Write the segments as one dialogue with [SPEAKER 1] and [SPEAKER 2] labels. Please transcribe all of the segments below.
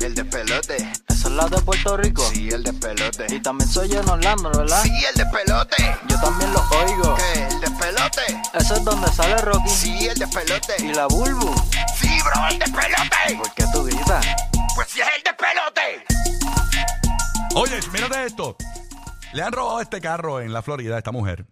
[SPEAKER 1] el despelote.
[SPEAKER 2] Eso es la de Puerto Rico.
[SPEAKER 1] Sí, el despelote.
[SPEAKER 2] Y también soy en Orlando, ¿verdad?
[SPEAKER 1] Sí, el despelote.
[SPEAKER 2] Yo también lo oigo.
[SPEAKER 1] ¿Qué? El despelote.
[SPEAKER 2] Eso es donde sale Rocky.
[SPEAKER 1] Sí, el despelote.
[SPEAKER 2] Y la Bulbu.
[SPEAKER 1] Sí, bro, el despelote.
[SPEAKER 2] ¿Por qué tú gritas?
[SPEAKER 1] Pues sí, es el despelote.
[SPEAKER 3] Oye, mírate esto. Le han robado este carro en la Florida a esta mujer.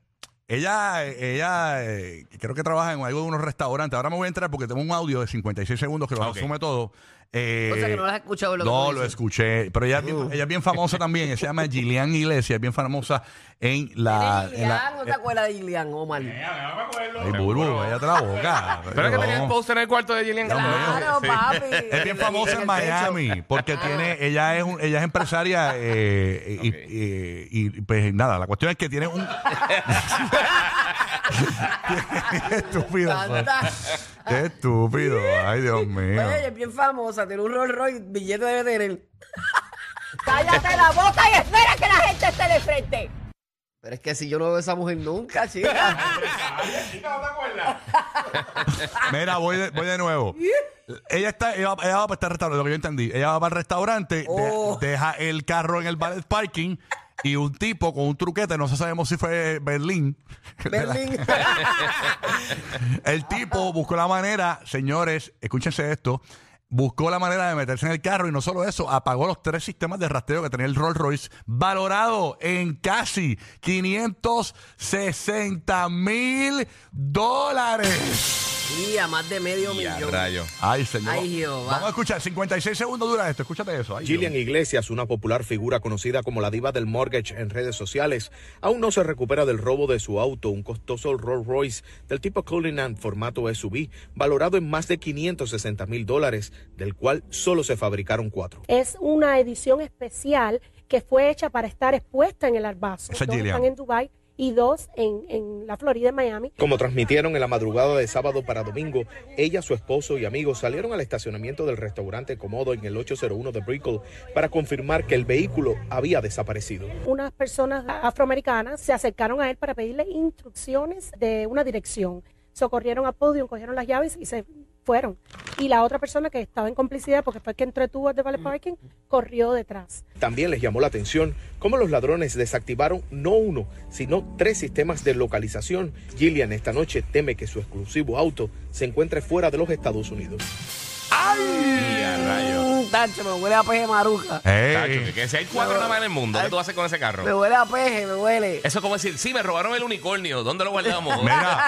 [SPEAKER 3] Ella, eh, ella eh, creo que trabaja en algo de unos restaurantes. Ahora me voy a entrar porque tengo un audio de 56 segundos que lo
[SPEAKER 4] Ah, ok.
[SPEAKER 3] resume todo. Eh,
[SPEAKER 5] O sea que no lo has escuchado lo que
[SPEAKER 3] no,
[SPEAKER 5] tú
[SPEAKER 3] lo
[SPEAKER 5] dices.
[SPEAKER 3] escuché. Pero ella, es bien- ella es bien famosa también. Ella Se llama Gillian Iglesias. Es bien famosa en
[SPEAKER 5] Ah,
[SPEAKER 3] la. en la- eh,
[SPEAKER 5] Gillian, ¿no te acuerdas de Gillian Omar?
[SPEAKER 3] Ay, Burbu, ella te la boca.
[SPEAKER 4] Pero es que
[SPEAKER 3] No.
[SPEAKER 4] tenía el póster en el cuarto de Gillian
[SPEAKER 5] Claro, papi.
[SPEAKER 3] eh, Es bien famosa en Miami porque tiene, ella es, un- ella es empresaria eh, y, y- y, pues nada, la cuestión es que tiene un estúpido. pues.
[SPEAKER 5] Tanta.
[SPEAKER 3] Qué estúpido, ay Dios mío.
[SPEAKER 5] Oye, ella es bien famosa, tiene un Rolls Royce, billete debe tener. Cállate la boca y espera que la gente esté de frente. Pero es que si yo no veo a esa mujer nunca, chica.
[SPEAKER 3] Mira, voy de, voy de nuevo. Ella está, ella, va- ella va para este restaurante, lo que yo entendí. Ella va para el restaurante, de-
[SPEAKER 5] Oh.
[SPEAKER 3] deja el carro en el valet parking y un tipo con un truquete, no sabemos si fue Berlín.
[SPEAKER 5] Berlín.
[SPEAKER 3] El tipo buscó la manera, señores, escúchense esto, buscó la manera de meterse en el carro y no solo eso, apagó los tres sistemas de rastreo que tenía el Rolls Royce, valorado en casi 560 mil dólares.
[SPEAKER 5] Mira, más de medio millón.
[SPEAKER 4] rayo.
[SPEAKER 3] Ay, señor.
[SPEAKER 5] Ay, Jehová.
[SPEAKER 3] Vamos a escuchar, 56 segundos dura esto, escúchate eso. Ay,
[SPEAKER 6] Gillian
[SPEAKER 3] Dios.
[SPEAKER 6] Iglesias, una popular figura conocida como la diva del mortgage en redes sociales, aún no se recupera del robo de su auto, un costoso Rolls Royce del tipo Cullinan formato SUV, valorado en más de 560 mil dólares, del cual solo se fabricaron cuatro.
[SPEAKER 7] es una edición especial que fue hecha para estar expuesta en el Arbazo.
[SPEAKER 3] Esa es
[SPEAKER 7] dos
[SPEAKER 3] Gillian.
[SPEAKER 7] están en Dubái y dos en, en la Florida, en Miami.
[SPEAKER 6] Como transmitieron en la madrugada de sábado para domingo, ella, su esposo y amigos salieron al estacionamiento del restaurante Comodo en el 801 de Brickell para confirmar que el vehículo había desaparecido.
[SPEAKER 7] Unas personas afroamericanas se acercaron a él para pedirle instrucciones de una dirección. Socorrieron a Podium, cogieron las llaves y se fueron. Y la otra persona que estaba en complicidad, porque fue el que entretuvo al de
[SPEAKER 3] Mm.
[SPEAKER 7] Valley Parking, corrió detrás.
[SPEAKER 6] También les llamó la atención cómo los ladrones desactivaron no uno, sino tres sistemas de localización. Gillian esta noche teme que su exclusivo auto se encuentre fuera de los Estados Unidos.
[SPEAKER 5] Mm, Tacho, me huele a peje maruca.
[SPEAKER 3] Ey.
[SPEAKER 4] Tacho, que si hay cuatro nada más en el mundo, ¿qué tú haces con ese
[SPEAKER 5] Me
[SPEAKER 4] carro?
[SPEAKER 5] huele a peje, me huele.
[SPEAKER 4] Eso es como decir, sí, me robaron el unicornio, ¿dónde lo guardamos?
[SPEAKER 3] Mira,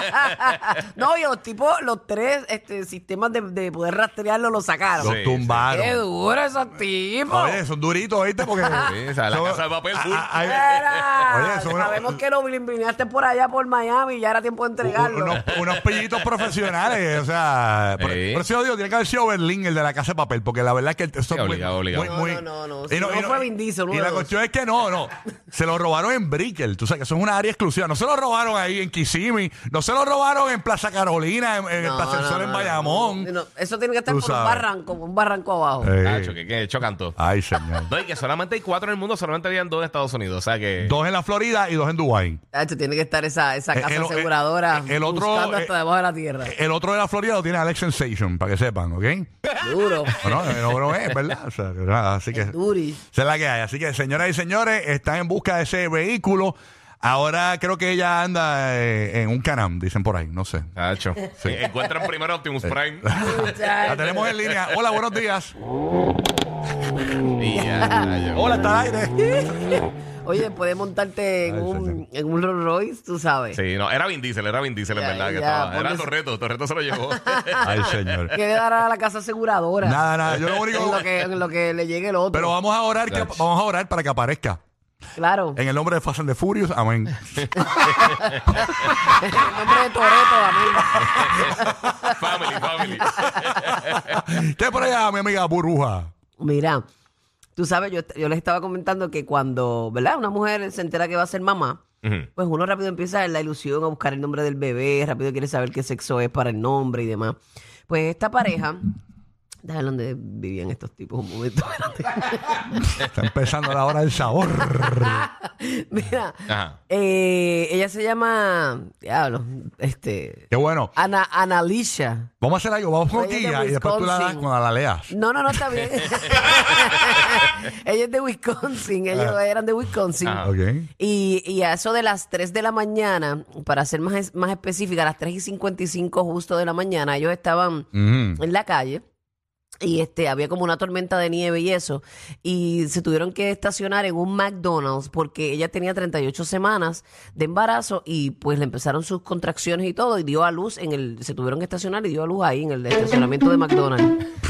[SPEAKER 5] No, y los tipos, los tres este, sistemas de, de poder rastrearlo los sacaron.
[SPEAKER 3] los
[SPEAKER 4] Sí,
[SPEAKER 3] tumbaron.
[SPEAKER 5] Qué duro esos tipos.
[SPEAKER 3] Oye, son duritos, ¿oíste? Porque.
[SPEAKER 4] Sí, o sea, la
[SPEAKER 3] son-
[SPEAKER 4] casa de papel full.
[SPEAKER 3] Ah, ah, ay-
[SPEAKER 5] Era.
[SPEAKER 3] Oye, son una- Uh,
[SPEAKER 5] Sabemos que lo blimbrinaste por allá, por Miami, y ya era tiempo de entregarlo.
[SPEAKER 3] unos, unos pillitos profesionales, o sea. Por,
[SPEAKER 4] Sí.
[SPEAKER 3] por eso yo digo, tiene que haber sido Berlín el de la casa de papel, porque la verdad es que el eso es muy-
[SPEAKER 4] obligado, obligado.
[SPEAKER 3] muy-
[SPEAKER 5] No,
[SPEAKER 3] muy-
[SPEAKER 5] no, no, no, si no fue Vin Diesel, uno
[SPEAKER 3] y
[SPEAKER 5] de
[SPEAKER 3] la
[SPEAKER 5] dos.
[SPEAKER 3] cuestión es que no, no. Se lo robaron en Brickell, tú sabes que eso es una área exclusiva. No se lo robaron ahí en Kissimmee, no se lo robaron en Plaza Carolina, en, en el
[SPEAKER 5] No,
[SPEAKER 3] ascensor
[SPEAKER 5] no,
[SPEAKER 3] en
[SPEAKER 5] no,
[SPEAKER 3] Bayamón.
[SPEAKER 5] no, no, eso tiene que estar
[SPEAKER 3] Tú
[SPEAKER 5] por un
[SPEAKER 3] sabes.
[SPEAKER 5] barranco, un barranco abajo.
[SPEAKER 3] Eh,
[SPEAKER 4] Tacho, que, que chocantó.
[SPEAKER 3] Ay, señor.
[SPEAKER 4] No, y que solamente hay cuatro en el mundo, solamente habían dos en Estados Unidos. O sea que.
[SPEAKER 3] dos en la Florida y dos en Dubái.
[SPEAKER 5] Tacho, tiene que estar esa, esa
[SPEAKER 3] Eh,
[SPEAKER 5] casa
[SPEAKER 3] el- eh,
[SPEAKER 5] aseguradora
[SPEAKER 3] eh, el otro,
[SPEAKER 5] buscando
[SPEAKER 3] eh,
[SPEAKER 5] hasta debajo de la tierra.
[SPEAKER 3] El otro de la Florida lo tiene Alex Sensation, para que sepan, ¿ok?
[SPEAKER 5] Duro.
[SPEAKER 3] Bueno, no, no es, ¿verdad? O sea, que nada, así que.
[SPEAKER 5] Es duri.
[SPEAKER 3] Esa es la que hay. Así que, señoras y señores, están en busca de ese vehículo. Ahora creo que ella anda eh, en un canam, dicen por ahí, no sé.
[SPEAKER 4] Tacho. Encuentran primero Optimus Prime.
[SPEAKER 5] Muchacho.
[SPEAKER 3] La tenemos en línea. Hola, buenos días.
[SPEAKER 4] Y ya, rayo.
[SPEAKER 3] Hola, está al aire.
[SPEAKER 5] Oye, puedes montarte en,
[SPEAKER 3] Ay,
[SPEAKER 5] un,
[SPEAKER 3] señor.
[SPEAKER 5] en un Rolls Royce, tú sabes.
[SPEAKER 4] Sí, no, era Vin Diesel, era Vin Diesel, en
[SPEAKER 5] Ya,
[SPEAKER 4] verdad. que
[SPEAKER 5] ya,
[SPEAKER 4] estaba. Era
[SPEAKER 5] ponle-
[SPEAKER 4] Torreto, Torreto se lo llevó.
[SPEAKER 3] Ay, señor.
[SPEAKER 5] Que le dará a la casa aseguradora.
[SPEAKER 3] Nada, nada. Yo lo
[SPEAKER 5] En
[SPEAKER 3] único.
[SPEAKER 5] lo, que, en lo que le llegue el otro.
[SPEAKER 3] Pero vamos a orar, que- vamos a orar para que aparezca.
[SPEAKER 5] claro.
[SPEAKER 3] En el nombre de Fast and the Furious, amén.
[SPEAKER 5] En el nombre de Toreto, amigo.
[SPEAKER 4] family, family.
[SPEAKER 3] ¿Qué por allá, mi amiga burbuja?
[SPEAKER 5] Mira, tú sabes, yo, yo les estaba comentando que cuando, ¿verdad? Una mujer se entera que va a ser mamá,
[SPEAKER 4] Ujú.
[SPEAKER 5] pues uno rápido empieza en la ilusión a buscar el nombre del bebé, rápido quiere saber qué sexo es para el nombre y demás. Pues esta pareja Déjame donde vivían estos tipos un momento.
[SPEAKER 3] Está empezando la hora del sabor.
[SPEAKER 5] Mira,
[SPEAKER 4] Ajá.
[SPEAKER 5] eh, ella se llama, diablo, este,
[SPEAKER 3] Qué bueno.
[SPEAKER 5] Ana, Analisha.
[SPEAKER 3] Vamos a hacer algo, vamos con
[SPEAKER 5] Ella es de
[SPEAKER 3] guía y después tú la das
[SPEAKER 5] Wisconsin.
[SPEAKER 3] cuando la leas.
[SPEAKER 5] No, no, no, está bien. Ellos de Wisconsin, ellos eran de Wisconsin.
[SPEAKER 4] Ajá.
[SPEAKER 3] Ok.
[SPEAKER 5] Y, y a eso de las 3 de la mañana, para ser más, es- más específica, a las 3 y 55 justo de la mañana, ellos estaban
[SPEAKER 3] Mm.
[SPEAKER 5] en la calle y este había como una tormenta de nieve y eso y se tuvieron que estacionar en un McDonald's porque ella tenía 38 semanas de embarazo y pues le empezaron sus contracciones y todo y dio a luz en el se tuvieron que estacionar y dio a luz ahí en el estacionamiento de McDonald's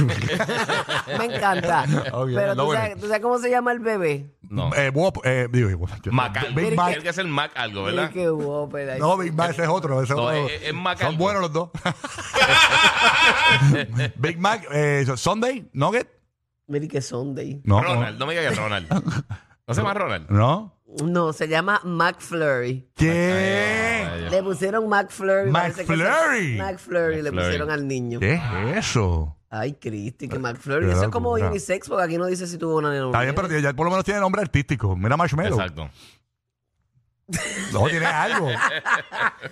[SPEAKER 5] me encanta
[SPEAKER 3] Ok,
[SPEAKER 5] pero
[SPEAKER 3] no,
[SPEAKER 5] ¿tú
[SPEAKER 3] bueno.
[SPEAKER 5] sabes, tú sabes cómo se llama el bebé
[SPEAKER 4] No.
[SPEAKER 3] Eh, Whop, eh, digo, Whop.
[SPEAKER 4] Mac algo.
[SPEAKER 3] Big Mac.
[SPEAKER 4] Tiene que ser Mac algo, ¿verdad?
[SPEAKER 5] Ay, qué pues, guapo, ay,
[SPEAKER 3] No, Big Mac, ese es otro. ese es
[SPEAKER 4] No, eh,
[SPEAKER 3] otro.
[SPEAKER 4] es- es Mac
[SPEAKER 3] son
[SPEAKER 4] algo.
[SPEAKER 3] buenos los dos. Big Mac, eh, Sunday, Nugget.
[SPEAKER 5] mira que Sunday
[SPEAKER 3] No,
[SPEAKER 4] Ronald, no me digas que Ronald. ¿No se llama Ronald?
[SPEAKER 3] no.
[SPEAKER 5] no se llama McFlurry
[SPEAKER 3] ¿Qué?
[SPEAKER 5] le pusieron McFlurry parece que se-
[SPEAKER 3] Ah. McFlurry.
[SPEAKER 5] McFlurry le
[SPEAKER 4] McFlurry.
[SPEAKER 5] pusieron al niño
[SPEAKER 3] ¿Qué es eso?
[SPEAKER 5] Ay, Cristi, que McFlurry.
[SPEAKER 3] qué
[SPEAKER 5] Eso es como
[SPEAKER 3] locura.
[SPEAKER 5] unisex, porque aquí no dice si tuvo una nena o
[SPEAKER 3] Está
[SPEAKER 5] no.
[SPEAKER 3] bien, pero tiene- ya por lo menos tiene nombre artístico. Mira Marshmallow.
[SPEAKER 4] Exacto.
[SPEAKER 3] No, tiene algo.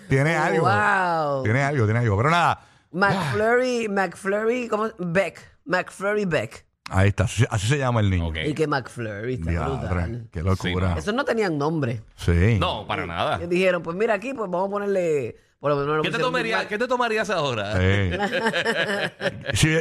[SPEAKER 3] tiene algo.
[SPEAKER 5] Wow.
[SPEAKER 3] Tiene Ah. algo, tiene algo. Pero nada,
[SPEAKER 5] McFlurry, McFlurry, ¿cómo? es? Beck. McFlurry Beck.
[SPEAKER 3] ahí está. Así, así se llama el niño.
[SPEAKER 4] Ok.
[SPEAKER 5] Y que McFlurry está
[SPEAKER 3] Diadre, Ah.
[SPEAKER 5] brutal.
[SPEAKER 3] qué locura.
[SPEAKER 5] Esos no tenían nombre.
[SPEAKER 3] Sí.
[SPEAKER 4] No, para
[SPEAKER 3] Ah.
[SPEAKER 4] nada.
[SPEAKER 5] Ellos dijeron, pues mira aquí, pues vamos a ponerle. Por lo menos le
[SPEAKER 4] ¿Qué te,
[SPEAKER 5] pusieron
[SPEAKER 4] tomaría,
[SPEAKER 5] Mac-
[SPEAKER 4] ¿Qué te tomarías ahora?
[SPEAKER 3] Sí.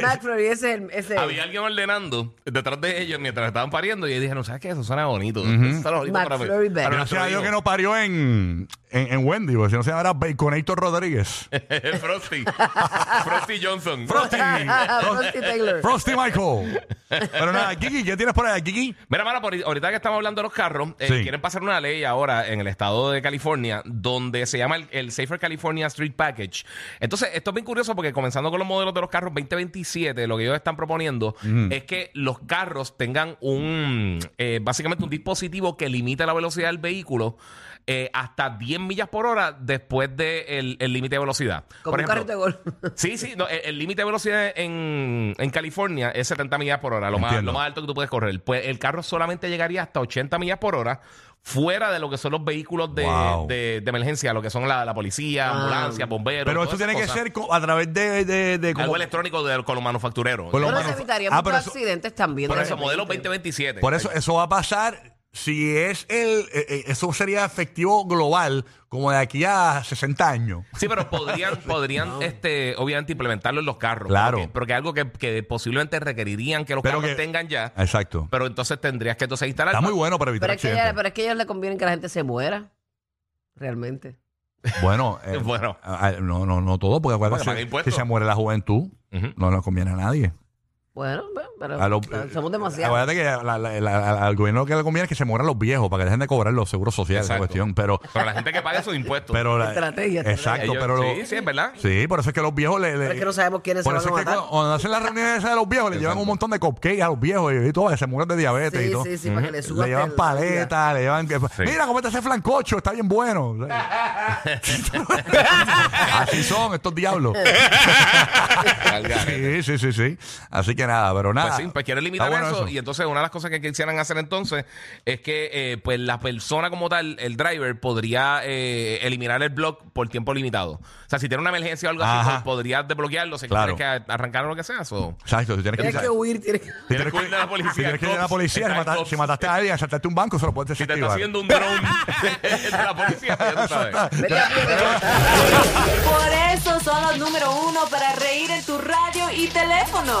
[SPEAKER 3] Sí,
[SPEAKER 5] McFlurry, ese es el. Ese es el-
[SPEAKER 4] Había alguien ordenando detrás de ellos mientras estaban pariendo y ellos dijeron, ¿sabes qué? Eso suena bonito. Eso suena bonito para mí.
[SPEAKER 5] McFlurry Beck.
[SPEAKER 4] Para
[SPEAKER 3] Gracias a Dios que
[SPEAKER 4] nuestro
[SPEAKER 3] no parió en, en, en Wendy, porque si no se llamará Baconator Rodríguez.
[SPEAKER 4] hijo. Frosty. Frosty Johnson.
[SPEAKER 3] Frosty.
[SPEAKER 5] Frosty Taylor.
[SPEAKER 3] Frosty Michael. Pero nada, Kiki, ¿qué tienes por allá, Kiki?
[SPEAKER 4] Mira, Mara, por- ahorita que estamos hablando de los carros, eh,
[SPEAKER 3] Sí.
[SPEAKER 4] quieren pasar una ley ahora en el estado de California donde se llama el, el Safer California Street Package. Entonces, esto es bien curioso porque comenzando con los modelos de los carros 2027, lo que ellos están proponiendo es que los carros tengan un, eh, básicamente un dispositivo que limite la velocidad del vehículo eh, hasta 10 millas por hora después del límite de velocidad.
[SPEAKER 5] Como un
[SPEAKER 4] Por ejemplo,
[SPEAKER 5] carrito de golf.
[SPEAKER 4] Sí, sí, no, el el límite de velocidad en, en California es 70 millas por hora, lo más,
[SPEAKER 3] Entiendo.
[SPEAKER 4] lo más alto que tú puedes correr. Pues el carro solamente llegaría hasta 80 millas por hora fuera de lo que son los vehículos de,
[SPEAKER 3] Wow.
[SPEAKER 4] de- de emergencia, lo que son la, la policía, ambulancia, bomberos.
[SPEAKER 3] Pero
[SPEAKER 4] todas
[SPEAKER 3] esto
[SPEAKER 4] esas
[SPEAKER 3] tiene que
[SPEAKER 4] cosas.
[SPEAKER 3] ser co- a través de... de, de como-
[SPEAKER 4] algo electrónico de- con los manufactureros.
[SPEAKER 3] Con los
[SPEAKER 5] Pero se
[SPEAKER 3] manuf-
[SPEAKER 5] evitaría
[SPEAKER 3] Ah, pero
[SPEAKER 5] muchos
[SPEAKER 3] eso-
[SPEAKER 5] accidentes también.
[SPEAKER 4] Por
[SPEAKER 5] de
[SPEAKER 4] eso,
[SPEAKER 5] repente.
[SPEAKER 4] modelo 2027.
[SPEAKER 3] Por eso, eso va a pasar... Si es el... eh, eh, eso sería efectivo global como de aquí a 60 años.
[SPEAKER 4] Sí, pero podrían, podrían este, obviamente, implementarlo en los carros.
[SPEAKER 3] Claro.
[SPEAKER 4] Pero que, pero que algo que, que posiblemente requerirían que los
[SPEAKER 3] Pero
[SPEAKER 4] carros
[SPEAKER 3] que-
[SPEAKER 4] tengan ya.
[SPEAKER 3] Exacto.
[SPEAKER 4] Pero entonces tendrías que entonces instalar.
[SPEAKER 3] Está muy bueno para evitar
[SPEAKER 5] Pero es, que ella-
[SPEAKER 3] accidentes.
[SPEAKER 5] pero es que a ellos le conviene que la gente se muera. Realmente.
[SPEAKER 3] Bueno, eh,
[SPEAKER 4] Bueno.
[SPEAKER 3] ah, ah, no, no, no todo, porque
[SPEAKER 4] Porque paga
[SPEAKER 3] acuérdate, si,
[SPEAKER 4] impuestos.
[SPEAKER 3] se muere la juventud,
[SPEAKER 4] Ujú.
[SPEAKER 3] no nos conviene a nadie.
[SPEAKER 5] Bueno, bueno, pero
[SPEAKER 3] A Ah, los-
[SPEAKER 5] somos demasiados.
[SPEAKER 3] Acuérdate que la- la- la- al gobierno lo que le conviene es que se mueran los viejos para que dejen de cobrar los seguros sociales, esa
[SPEAKER 4] Exacto.
[SPEAKER 3] cuestión. Pero,
[SPEAKER 4] Pero la gente que paga sus impuestos.
[SPEAKER 3] pero la-
[SPEAKER 5] Estrategia,
[SPEAKER 3] Exacto,
[SPEAKER 4] Ellos-
[SPEAKER 3] pero lo-
[SPEAKER 4] sí, sí, es verdad.
[SPEAKER 3] sí, por eso es que los viejos le. le-
[SPEAKER 5] Pero es que no sabemos quiénes se
[SPEAKER 3] por
[SPEAKER 5] van
[SPEAKER 3] eso
[SPEAKER 5] a
[SPEAKER 3] es que
[SPEAKER 5] matar.
[SPEAKER 3] cuando, cuando hacen las reuniones esas de los viejos, le llevan un montón de cupcakes a los viejos y, y todo, y se mueren de diabetes y
[SPEAKER 5] Sí,
[SPEAKER 3] todo.
[SPEAKER 5] sí, sí, para que le suba.
[SPEAKER 3] le llevan
[SPEAKER 5] el-
[SPEAKER 3] paletas, le llevan. Mira, comete ese flancocho, está bien bueno. Así son estos diablos.
[SPEAKER 4] Al garete.
[SPEAKER 3] Sí, sí, sí, sí. Así que nada, pero nada.
[SPEAKER 4] Pues sí, pues quieren limitar
[SPEAKER 3] Está bueno
[SPEAKER 4] eso, Y entonces una de las cosas que quisieran hacer entonces es que eh, pues la persona como tal, el driver, podría eh, eliminar el block por tiempo limitado. O sea, si tiene una emergencia o algo así,
[SPEAKER 3] Ajá.
[SPEAKER 4] pues, podrías desbloquearlo. Si
[SPEAKER 3] Claro.
[SPEAKER 4] tienes que arrancar o lo que sea. so.
[SPEAKER 3] Exacto, tú tienes que,
[SPEAKER 5] Tienes que huir, tienes que.
[SPEAKER 3] si tienes
[SPEAKER 4] que ir a la policía,
[SPEAKER 3] si tienes que ir a la
[SPEAKER 4] cops,
[SPEAKER 3] policía, si,
[SPEAKER 4] está
[SPEAKER 3] mata-
[SPEAKER 4] cops.
[SPEAKER 3] si mataste a alguien, asaltaste un banco, se lo puedes
[SPEAKER 4] Si te está
[SPEAKER 3] desactivar.
[SPEAKER 4] haciendo un drone de la policía, pues, ya tú sabes.
[SPEAKER 5] Vete a pie, vete a pie.
[SPEAKER 8] Por eso son los número uno para reír en tu radio y teléfono.